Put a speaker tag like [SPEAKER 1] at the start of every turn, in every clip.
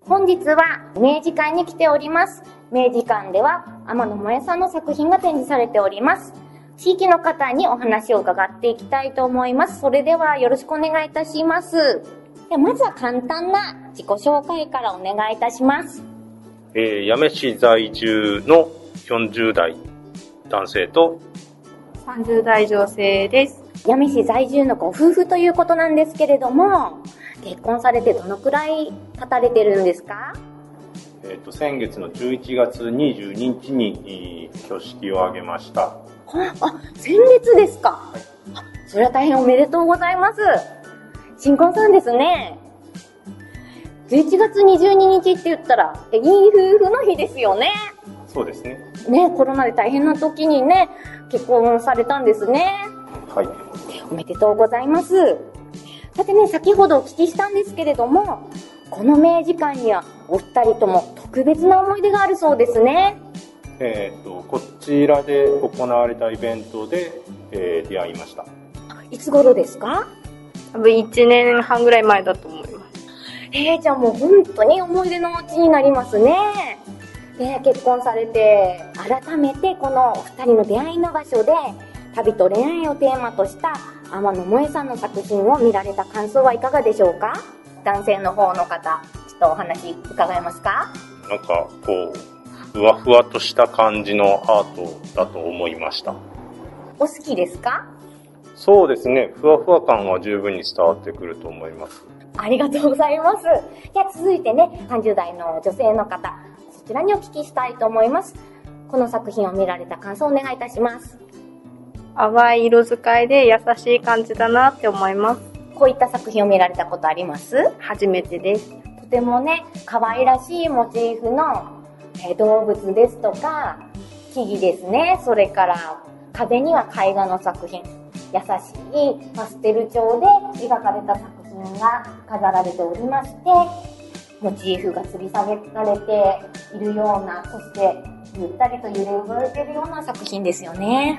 [SPEAKER 1] 本日は明治館に来ております。明治館では天野萌さんの作品が展示されております。地域の方にお話を伺っていきたいと思います。それではよろしくお願いいたします。ではまずは簡単な自己紹介からお願いいたします。
[SPEAKER 2] えー、八女市在住の40代男性と、
[SPEAKER 3] 30代女性です。
[SPEAKER 1] 八女市在住のご夫婦ということなんですけれども、結婚されてどのくらい経たれてるんですか
[SPEAKER 2] えー、と先月の11月22日に、えー挙式を挙げました
[SPEAKER 1] あ、あ先月ですか。あそれは大変おめでとうございます。新婚さんですね。11月22日って言ったら、えいい夫婦の日ですよね。
[SPEAKER 2] そうですね
[SPEAKER 1] ね、コロナで大変な時にね、結婚されたんですね。
[SPEAKER 2] はい
[SPEAKER 1] おめでとうございます。さてね、先ほどお聞きしたんですけれども、この明治館にはお二人とも特別な思い出があるそうですね。
[SPEAKER 2] えー、とこちらで行われたイベントで、えー出会いました
[SPEAKER 1] いつ頃ですか
[SPEAKER 3] 多分1年半ぐらい前だと思います。
[SPEAKER 1] えー、じゃあもう本当に思い出のお家になりますね。で、結婚されて、改めてこのお二人の出会いの場所で、旅と恋愛をテーマとした天野萌さんの作品を見られた感想はいかがでしょうか男性の方の方、ちょっとお話伺えますか
[SPEAKER 2] なんかこうふわふわとした感じのアートだと思いました
[SPEAKER 1] お好きですか
[SPEAKER 2] そうですねふわふわ感は十分に伝わってくると思います
[SPEAKER 1] ありがとうございます。じゃあ続いてね、30代の女性の方、そちらにお聞きしたいと思います。この作品を見られた感想をお願いいたします。
[SPEAKER 3] 淡い色使いで優しい感じだなって思います。
[SPEAKER 1] こういった作品を見られたことあります
[SPEAKER 3] 初めてです。
[SPEAKER 1] とてもね、可愛らしいモチーフの、えー動物ですとか、木々ですね。それから、壁には絵画の作品。優しいパステル調で描かれた作品が飾られておりまして、モチーフが吊り下げられているような、そしてゆったりと揺れ動いているような作品ですよね。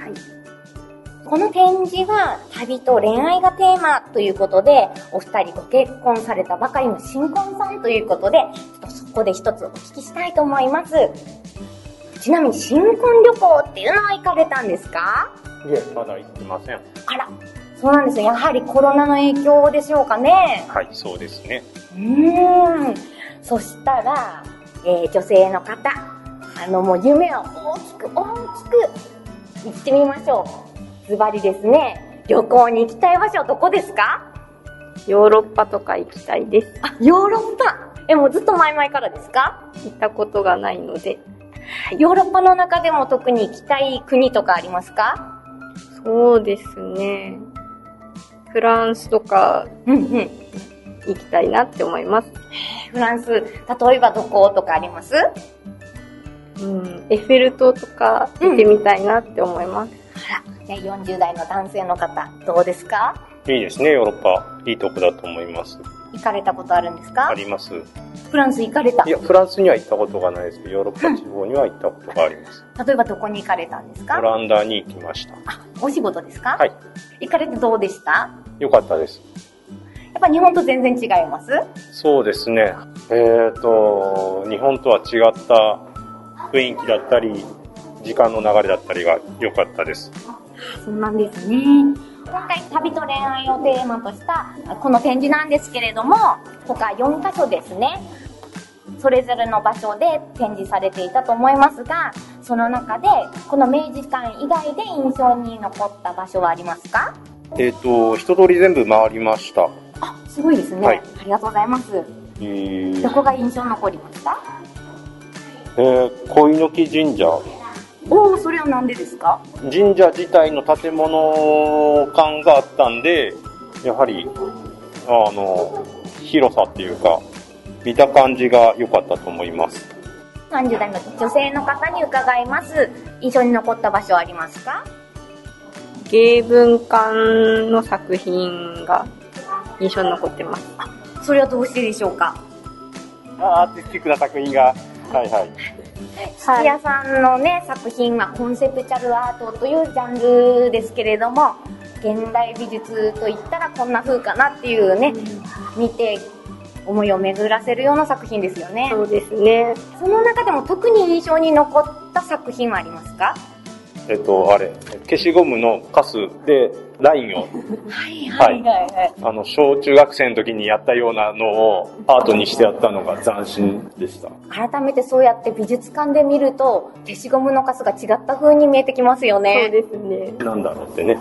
[SPEAKER 1] この展示は旅と恋愛がテーマということで、お二人ご結婚されたばかりの新婚さんということで、ちょっとそこで一つお聞きしたいと思います。ちなみに新婚旅行っていうのは行かれたんですか
[SPEAKER 2] いえまだ行ってません
[SPEAKER 1] あら、そうなんですよ。やはりコロナの影響でしょうかね。
[SPEAKER 2] はいそうですね
[SPEAKER 1] うーん。そしたら、えー女性の方、あのもう夢を大きく大きく行ってみましょう。ズバリですね、旅行に行きたい場所どこですか
[SPEAKER 3] ヨーロッパとか行きたいです。
[SPEAKER 1] あ、ヨーロッパえ、もうずっと前々からですか
[SPEAKER 3] 行ったことがないので。
[SPEAKER 1] ヨーロッパの中でも特に行きたい国とかありますか
[SPEAKER 3] そうですね。フランスとか
[SPEAKER 1] うんうん。
[SPEAKER 3] 行きたいなって思います。
[SPEAKER 1] フランス、例えばどことかあります
[SPEAKER 3] うん。エッフェル塔とか行ってみたいなって思います。
[SPEAKER 1] じゃあ40代の男性の方、どうですか
[SPEAKER 2] いいですねヨーロッパいいとこだと思います
[SPEAKER 1] 行かれたことあるんですか
[SPEAKER 2] あります
[SPEAKER 1] フランス行かれた
[SPEAKER 2] い。や、フランスには行ったことがないですけど、ヨーロッパ地方には行ったことがあります。
[SPEAKER 1] 例えばどこに行かれたんです
[SPEAKER 2] オ
[SPEAKER 1] か
[SPEAKER 2] ランダに行きました。
[SPEAKER 1] お仕事ですか
[SPEAKER 2] はい。
[SPEAKER 1] 行かれてどうでした
[SPEAKER 2] よかったです。
[SPEAKER 1] やっぱ日本と全然違います
[SPEAKER 2] そうですね。えっ、と、日本とは違った雰囲気だったり、時間の流れだったりが良かったです。
[SPEAKER 1] そうなんですね。今回旅と恋愛をテーマとしたこの展示なんですけれども、他4カ所ですね。それぞれの場所で展示されていたと思いますが、その中でこの明治館以外で印象に残った場所はありますか
[SPEAKER 2] えっ、と、一通り全部回りました。
[SPEAKER 1] あ、すごいですね、
[SPEAKER 2] はい
[SPEAKER 1] ありがとうございます。
[SPEAKER 2] えー
[SPEAKER 1] どこが印象に残りました
[SPEAKER 2] えー、恋の木神社。
[SPEAKER 1] おお、それはなんでですか
[SPEAKER 2] 神社自体の建物感があったんで、やはり、あの、広さっていうか、見た感じが良かったと思います。
[SPEAKER 1] 30代の女性の方に伺います。印象に残った場所はありますか
[SPEAKER 3] 芸文館の作品が印象に残ってます。
[SPEAKER 1] それはどうしてでしょうか
[SPEAKER 2] アーティスティックな作品が、はいはい。
[SPEAKER 1] 土屋さんのね、作品はコンセプチャルアートというジャンルですけれども現代美術といったらこんな風かなっていうね見て思いを巡らせるような作品ですよね
[SPEAKER 3] そうですね。
[SPEAKER 1] その中でも特に印象に残った作品はありますか
[SPEAKER 2] えっと、あれ、消しゴムのカスでラインを、
[SPEAKER 1] はい
[SPEAKER 2] は
[SPEAKER 1] は
[SPEAKER 2] い
[SPEAKER 1] いはい
[SPEAKER 2] あの、小中学生の時にやったようなのをアートにしてやったのが斬新でした。
[SPEAKER 1] 改めてそうやって美術館で見ると消しゴムのカスが違った風に見えてきますよ
[SPEAKER 3] そう
[SPEAKER 1] ね
[SPEAKER 3] ですね。
[SPEAKER 2] なんだろうってね。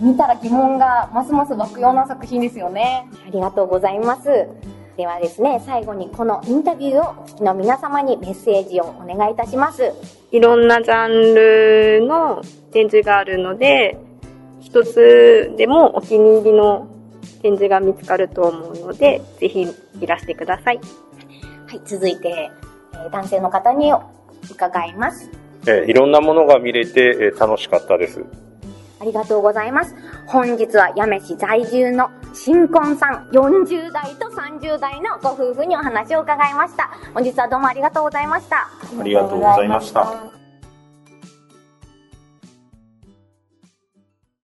[SPEAKER 1] 見たら疑問がますます湧くような作品ですよねありがとうございますではですね最後にこのインタビューをお聞きの皆様にメッセージをお願いいたします
[SPEAKER 3] いろんなジャンルの展示があるので、一つでもお気に入りの展示が見つかると思うので、ぜひいらしてください。
[SPEAKER 1] はい続いて、えー男性の方に伺います
[SPEAKER 2] えーいろんなものが見れて、えー楽しかったです。
[SPEAKER 1] ありがとうございます。本日は八女市在住の新婚さん40代と30代のご夫婦にお話を伺いました。本日はどうもありがとうございました。
[SPEAKER 2] ありがとうございました。